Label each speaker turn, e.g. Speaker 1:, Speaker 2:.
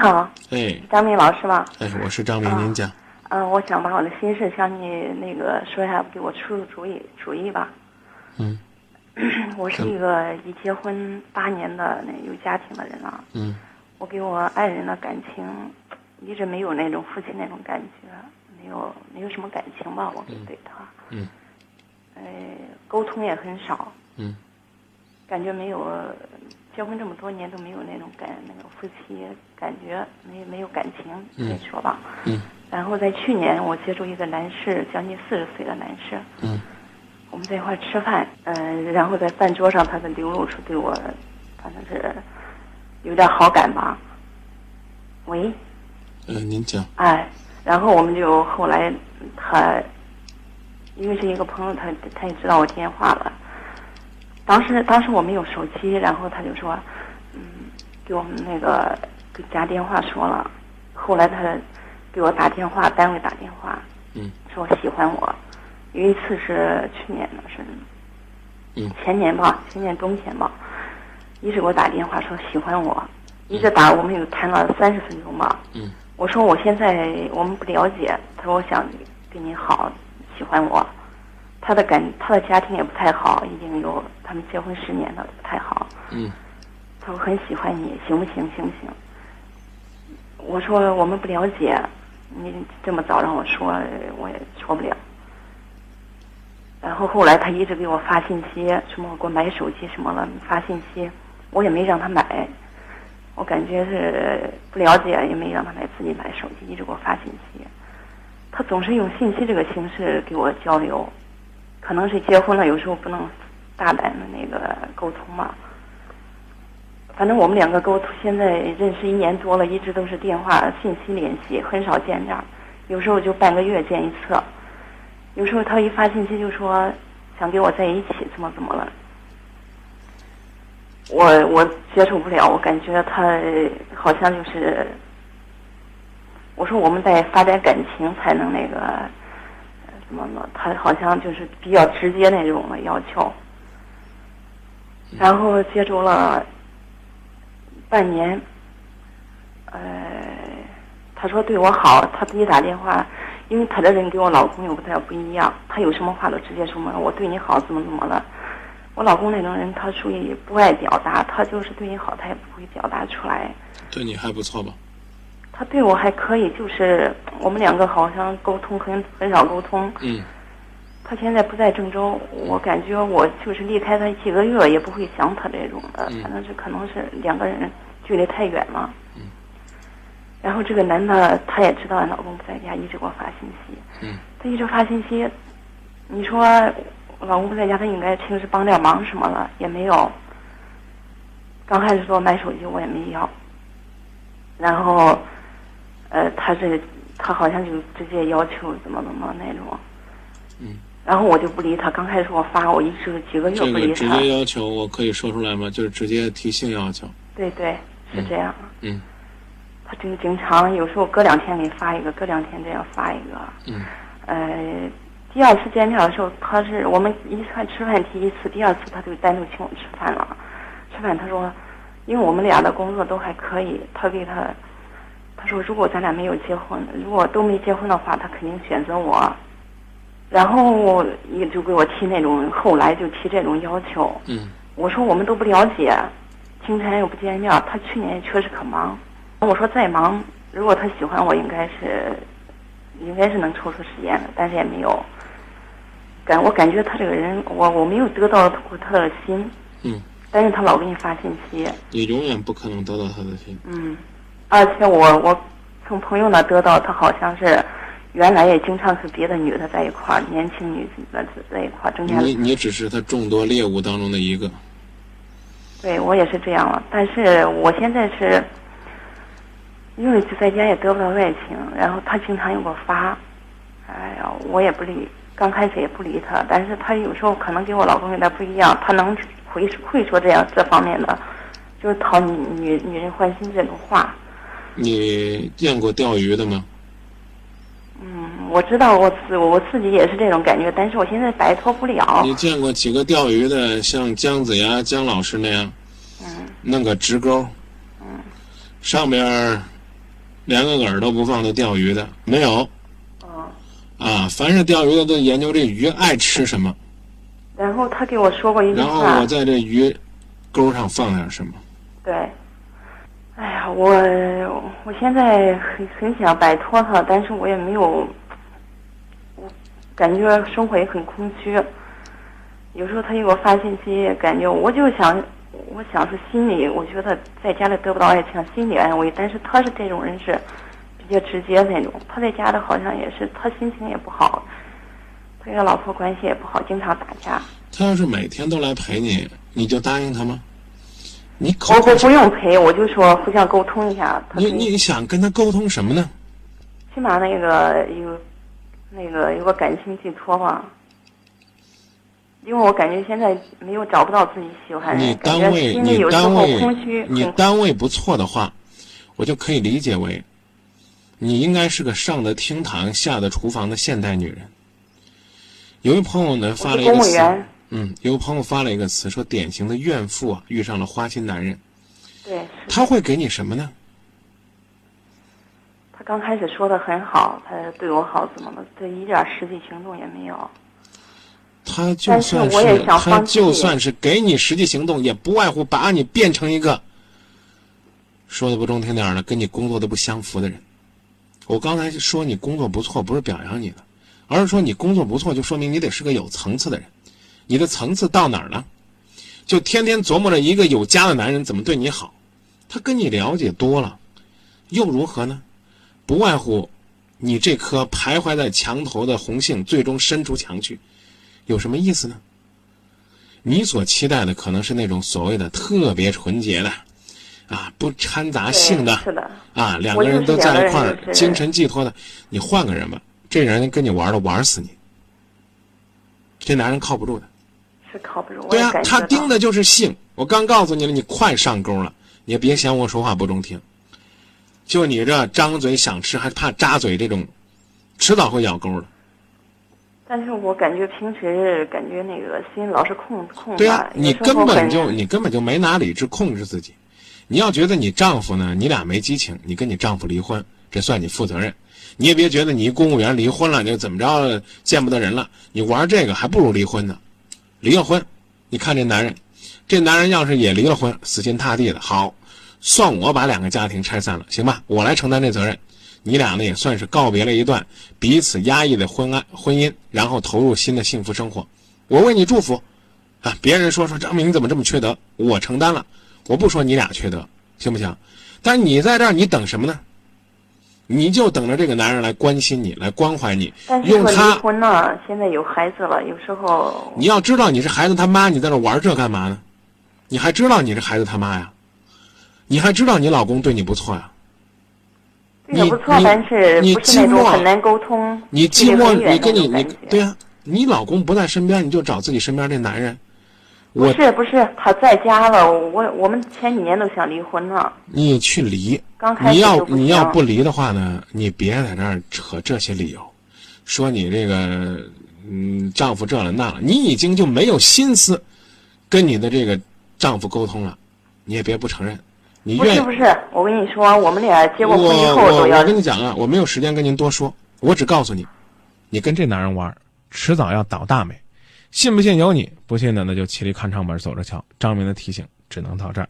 Speaker 1: 好，
Speaker 2: 哎
Speaker 1: 张明老师吗？
Speaker 2: 哎，我是张明，您讲。
Speaker 1: 嗯、我想把我的心事向你那个说一下，给我出出主意主意吧。
Speaker 2: 嗯
Speaker 1: 我是一个已结婚八年的那有家庭的人啊，
Speaker 2: 嗯
Speaker 1: 我给我爱人的感情一直没有那种父亲那种感觉，没有没有什么感情吧，我对他，
Speaker 2: 嗯
Speaker 1: 呃，沟通也很少，
Speaker 2: 嗯
Speaker 1: 感觉没有呃结婚这么多年都没有那种感那个夫妻感觉，没没有感情，
Speaker 2: 嗯
Speaker 1: 可以说吧。
Speaker 2: 嗯
Speaker 1: 然后在去年我接触一个男士，将近四十岁的男士，
Speaker 2: 嗯
Speaker 1: 我们在一块儿吃饭，嗯、然后在饭桌上，他的流露出对我，反正是有点好感吧。喂，
Speaker 2: 呃，您讲。
Speaker 1: 哎，然后我们就后来他，因为是一个朋友，他他也知道我电话了。当时当时我没有手机，然后他就说，嗯，给我们那个给家电话说了。后来他给我打电话，单位打电话
Speaker 2: 嗯
Speaker 1: 说喜欢我。有一次是去年的，是
Speaker 2: 嗯
Speaker 1: 前年吧，前年冬天吧，一直给我打电话说喜欢我，一直打，我们有谈了三十分钟吧。
Speaker 2: 嗯
Speaker 1: 我说我现在我们不了解，他说我想对你好，喜欢我。他的感他的家庭也不太好，已经有他们结婚十年了，不太好。
Speaker 2: 嗯
Speaker 1: 他说很喜欢你，行不行？行不行？我说我们不了解，你这么早让我说，我也说不了。然后后来他一直给我发信息，什么给我买手机什么了，发信息，我也没让他买，我感觉是不了解，也没让他买，自己买手机，一直给我发信息。他总是用信息这个形式给我交流，可能是结婚了，有时候不能大胆的那个沟通嘛。反正我们两个沟通，现在认识一年多了，一直都是电话、信息联系，很少见面儿，有时候就半个月见一次。有时候他一发信息就说想跟我在一起，怎么怎么了。我我接受不了，我感觉他好像就是，我说我们在发展感情才能那个，呃怎么了？他好像就是比较直接那种的要求。然后接触了半年，呃，他说对我好，他自己打电话，因为他的人跟我老公又不太不一样，他有什么话都直接说嘛，我对你好怎么怎么了。我老公那种人，他属于不爱表达，他就是对你好，他也不会表达出来。
Speaker 2: 对你还不错吧？
Speaker 1: 他对我还可以，就是我们两个好像沟通很很少沟通。
Speaker 2: 嗯
Speaker 1: 他现在不在郑州，我感觉我就是离开他几个月也不会想他这种的
Speaker 2: 嗯，
Speaker 1: 反正是可能是两个人距离太远了。
Speaker 2: 嗯
Speaker 1: 然后这个男的他也知道俺老公不在家，一直给我发信息，
Speaker 2: 嗯
Speaker 1: 他一直发信息，你说我老公不在家，他应该平时帮点忙什么了也没有。刚开始说买手机我也没要，然后，呃，他是他好像就直接要求怎么怎么那种，
Speaker 2: 嗯，
Speaker 1: 然后我就不理他。刚开始我发，我一直几个月
Speaker 2: 这
Speaker 1: 不理
Speaker 2: 个直
Speaker 1: 他。
Speaker 2: 接要求我可以说出来吗？就是直接提性要求。
Speaker 1: 对对，是这样。
Speaker 2: 嗯
Speaker 1: 他这个经常有时候隔两天给发一个，隔两天这样发一个。
Speaker 2: 嗯
Speaker 1: 呃，第二次见面的时候，他是我们一块吃饭提一次，第二次他就单独请我吃饭了。吃饭他说，因为我们俩的工作都还可以，他给他，他说如果咱俩没有结婚，如果都没结婚的话，他肯定选择我。然后也就给我提那种，后来就提这种要求。
Speaker 2: 嗯
Speaker 1: 我说我们都不了解，经常又不见面，他去年也确实可忙。我说再忙，如果他喜欢我，应该是应该是能抽出时间的，但是也没有。感我感觉他这个人，我我没有得到过他的心，
Speaker 2: 嗯，
Speaker 1: 但是他老给你发信息，
Speaker 2: 你永远不可能得到他的心。
Speaker 1: 嗯，而且我我从朋友那得到，他好像是原来也经常和别的女的在一块儿，年轻女的在一块儿，中间
Speaker 2: 你你只是他众多猎物当中的一个。
Speaker 1: 对我也是这样了，但是我现在是，因为就在家也得不到外情，然后他经常又给我发，哎呀，我也不理，刚开始也不理他，但是他有时候可能跟我老公有点不一样，他能会会说这样这方面的，就是讨女女女人欢心这种话。
Speaker 2: 你见过钓鱼的吗？
Speaker 1: 嗯，我知道我自我自己也是这种感觉，但是我现在摆脱不了
Speaker 2: 你。见过几个钓鱼的，像姜子牙、姜老师那样，
Speaker 1: 嗯
Speaker 2: 弄个直钩，上边儿连个饵都不放的钓鱼的没有
Speaker 1: 哦，
Speaker 2: 啊。凡是钓鱼的都研究这鱼爱吃什么，
Speaker 1: 然后他给我说过一句
Speaker 2: 然后
Speaker 1: 话
Speaker 2: 我，在这鱼钩上放点什么。
Speaker 1: 对，哎呀，我我现在很很想摆脱他，但是我也没有，我感觉生活也很空虚。有时候他给我发信息，感觉我就想，我想是心里，我觉得在家里得不到爱情，心理安慰。但是他是这种人是比较直接那种，他在家里好像也是，他心情也不好，他跟老婆关系也不好，经常打架。
Speaker 2: 他要是每天都来陪你，你就答应他吗？你口
Speaker 1: 我
Speaker 2: 口
Speaker 1: 不不用陪，我就说互相沟通一下。他
Speaker 2: 你
Speaker 1: 跟
Speaker 2: 你想跟他沟通什么呢？
Speaker 1: 起码那个有那个有个感情寄托吧，因为我感觉现在没有找不到自己喜欢的
Speaker 2: 你
Speaker 1: 人，感
Speaker 2: 单
Speaker 1: 觉
Speaker 2: 位
Speaker 1: 心里
Speaker 2: 你
Speaker 1: 有时候
Speaker 2: 单位
Speaker 1: 空虚，
Speaker 2: 你
Speaker 1: 很
Speaker 2: 单位不错的话，我就可以理解为，你应该是个上得厅堂下得厨房的现代女人。有一朋友呢发
Speaker 1: 我是
Speaker 2: 了一个
Speaker 1: 公务
Speaker 2: 词
Speaker 1: 员，
Speaker 2: 嗯，有朋友发了一个词说典型的怨妇啊遇上了花心男人，
Speaker 1: 嗯对，是
Speaker 2: 他会给你什么呢？
Speaker 1: 他刚开始说的很好，他对我好怎么了，这一点实际行动也没有。
Speaker 2: 他就
Speaker 1: 但是
Speaker 2: 算
Speaker 1: 我也想
Speaker 2: 他
Speaker 1: 放弃
Speaker 2: 就算是给你实际行动，也不外乎把你变成一个说的不中听点儿的，跟你工作的不相符的人。我刚才说你工作不错，不是表扬你的，而是说你工作不错，就说明你得是个有层次的人。你的层次到哪儿了？就天天琢磨着一个有家的男人怎么对你好，他跟你了解多了，又如何呢？不外乎你这颗徘徊在墙头的红杏，最终伸出墙去。有什么意思呢？你所期待的可能是那种所谓的特别纯洁的，啊，不掺杂
Speaker 1: 对，
Speaker 2: 性的，
Speaker 1: 是的，
Speaker 2: 啊，两
Speaker 1: 我
Speaker 2: 个人
Speaker 1: 就是
Speaker 2: 都在一块
Speaker 1: 两个人就
Speaker 2: 儿，
Speaker 1: 是
Speaker 2: 精神寄托的，你换个人吧，这人跟你玩的玩死你，这男人靠不住的。
Speaker 1: 是靠不住。我
Speaker 2: 对
Speaker 1: 也
Speaker 2: 啊，
Speaker 1: 感觉
Speaker 2: 他
Speaker 1: 到
Speaker 2: 盯的就是性。我刚告诉你了，你快上钩了，你也别嫌我说话不中听。就你这张嘴想吃还怕扎嘴这种，迟早会咬钩的。
Speaker 1: 但是我感觉平时感觉那个心老是空空的，
Speaker 2: 对啊，
Speaker 1: 有
Speaker 2: 你
Speaker 1: 时候
Speaker 2: 根本
Speaker 1: 很
Speaker 2: 就你根本就没拿理智控制自己。你要觉得你丈夫呢，你俩没激情，你跟你丈夫离婚，这算你负责任。你也别觉得你一公务员离婚了就怎么着见不得人了，你玩这个还不如离婚呢。离了婚，你看这男人，这男人要是也离了婚，死心塌地的，好，算我把两个家庭拆散了，行吧，我来承担这责任。你俩呢也算是告别了一段彼此压抑的婚爱婚姻，然后投入新的幸福生活。我为你祝福，啊，别人说说张明你怎么这么缺德，我承担了，我不说你俩缺德，行不行？但你在这儿，你等什么呢？你就等着这个男人来关心你，来关怀你
Speaker 1: 但，是
Speaker 2: 用
Speaker 1: 说离
Speaker 2: 他。
Speaker 1: 婚呢，现在有孩子了，有时候
Speaker 2: 你要知道你是孩子他妈，你在这玩这干嘛呢？你还知道你是孩子他妈呀？你还知道你老公对你不错呀？
Speaker 1: 对的
Speaker 2: 你
Speaker 1: 不错，
Speaker 2: 你
Speaker 1: 但是
Speaker 2: 你
Speaker 1: 不是那
Speaker 2: 寂
Speaker 1: 种
Speaker 2: 寞
Speaker 1: 很难沟通，
Speaker 2: 你
Speaker 1: 距离
Speaker 2: 寂寞
Speaker 1: 很，远
Speaker 2: 你跟
Speaker 1: 那种
Speaker 2: 你你
Speaker 1: 感觉
Speaker 2: 对呀、啊你老公不在身边，你就找自己身边这男人。我
Speaker 1: 不是不是，他在家了，我我们前几年都想离婚呢，
Speaker 2: 你去离
Speaker 1: 刚，开始
Speaker 2: 你要
Speaker 1: 就不
Speaker 2: 你要
Speaker 1: 行
Speaker 2: 不离的话呢，你别在这儿扯这些理由，说你这个嗯丈夫这了那了，你已经就没有心思跟你的这个丈夫沟通了，你也别不承认，你
Speaker 1: 不
Speaker 2: 愿意
Speaker 1: 是不是，我跟你说，我们俩结
Speaker 2: 我
Speaker 1: 过婚以后
Speaker 2: 我
Speaker 1: 都要
Speaker 2: 我跟你讲啊，我没有时间跟您多说，我只告诉你，你跟这男人玩儿，迟早要倒大霉，信不信由你，不信呢那就骑驴看唱本走着瞧。张明的提醒只能到这儿。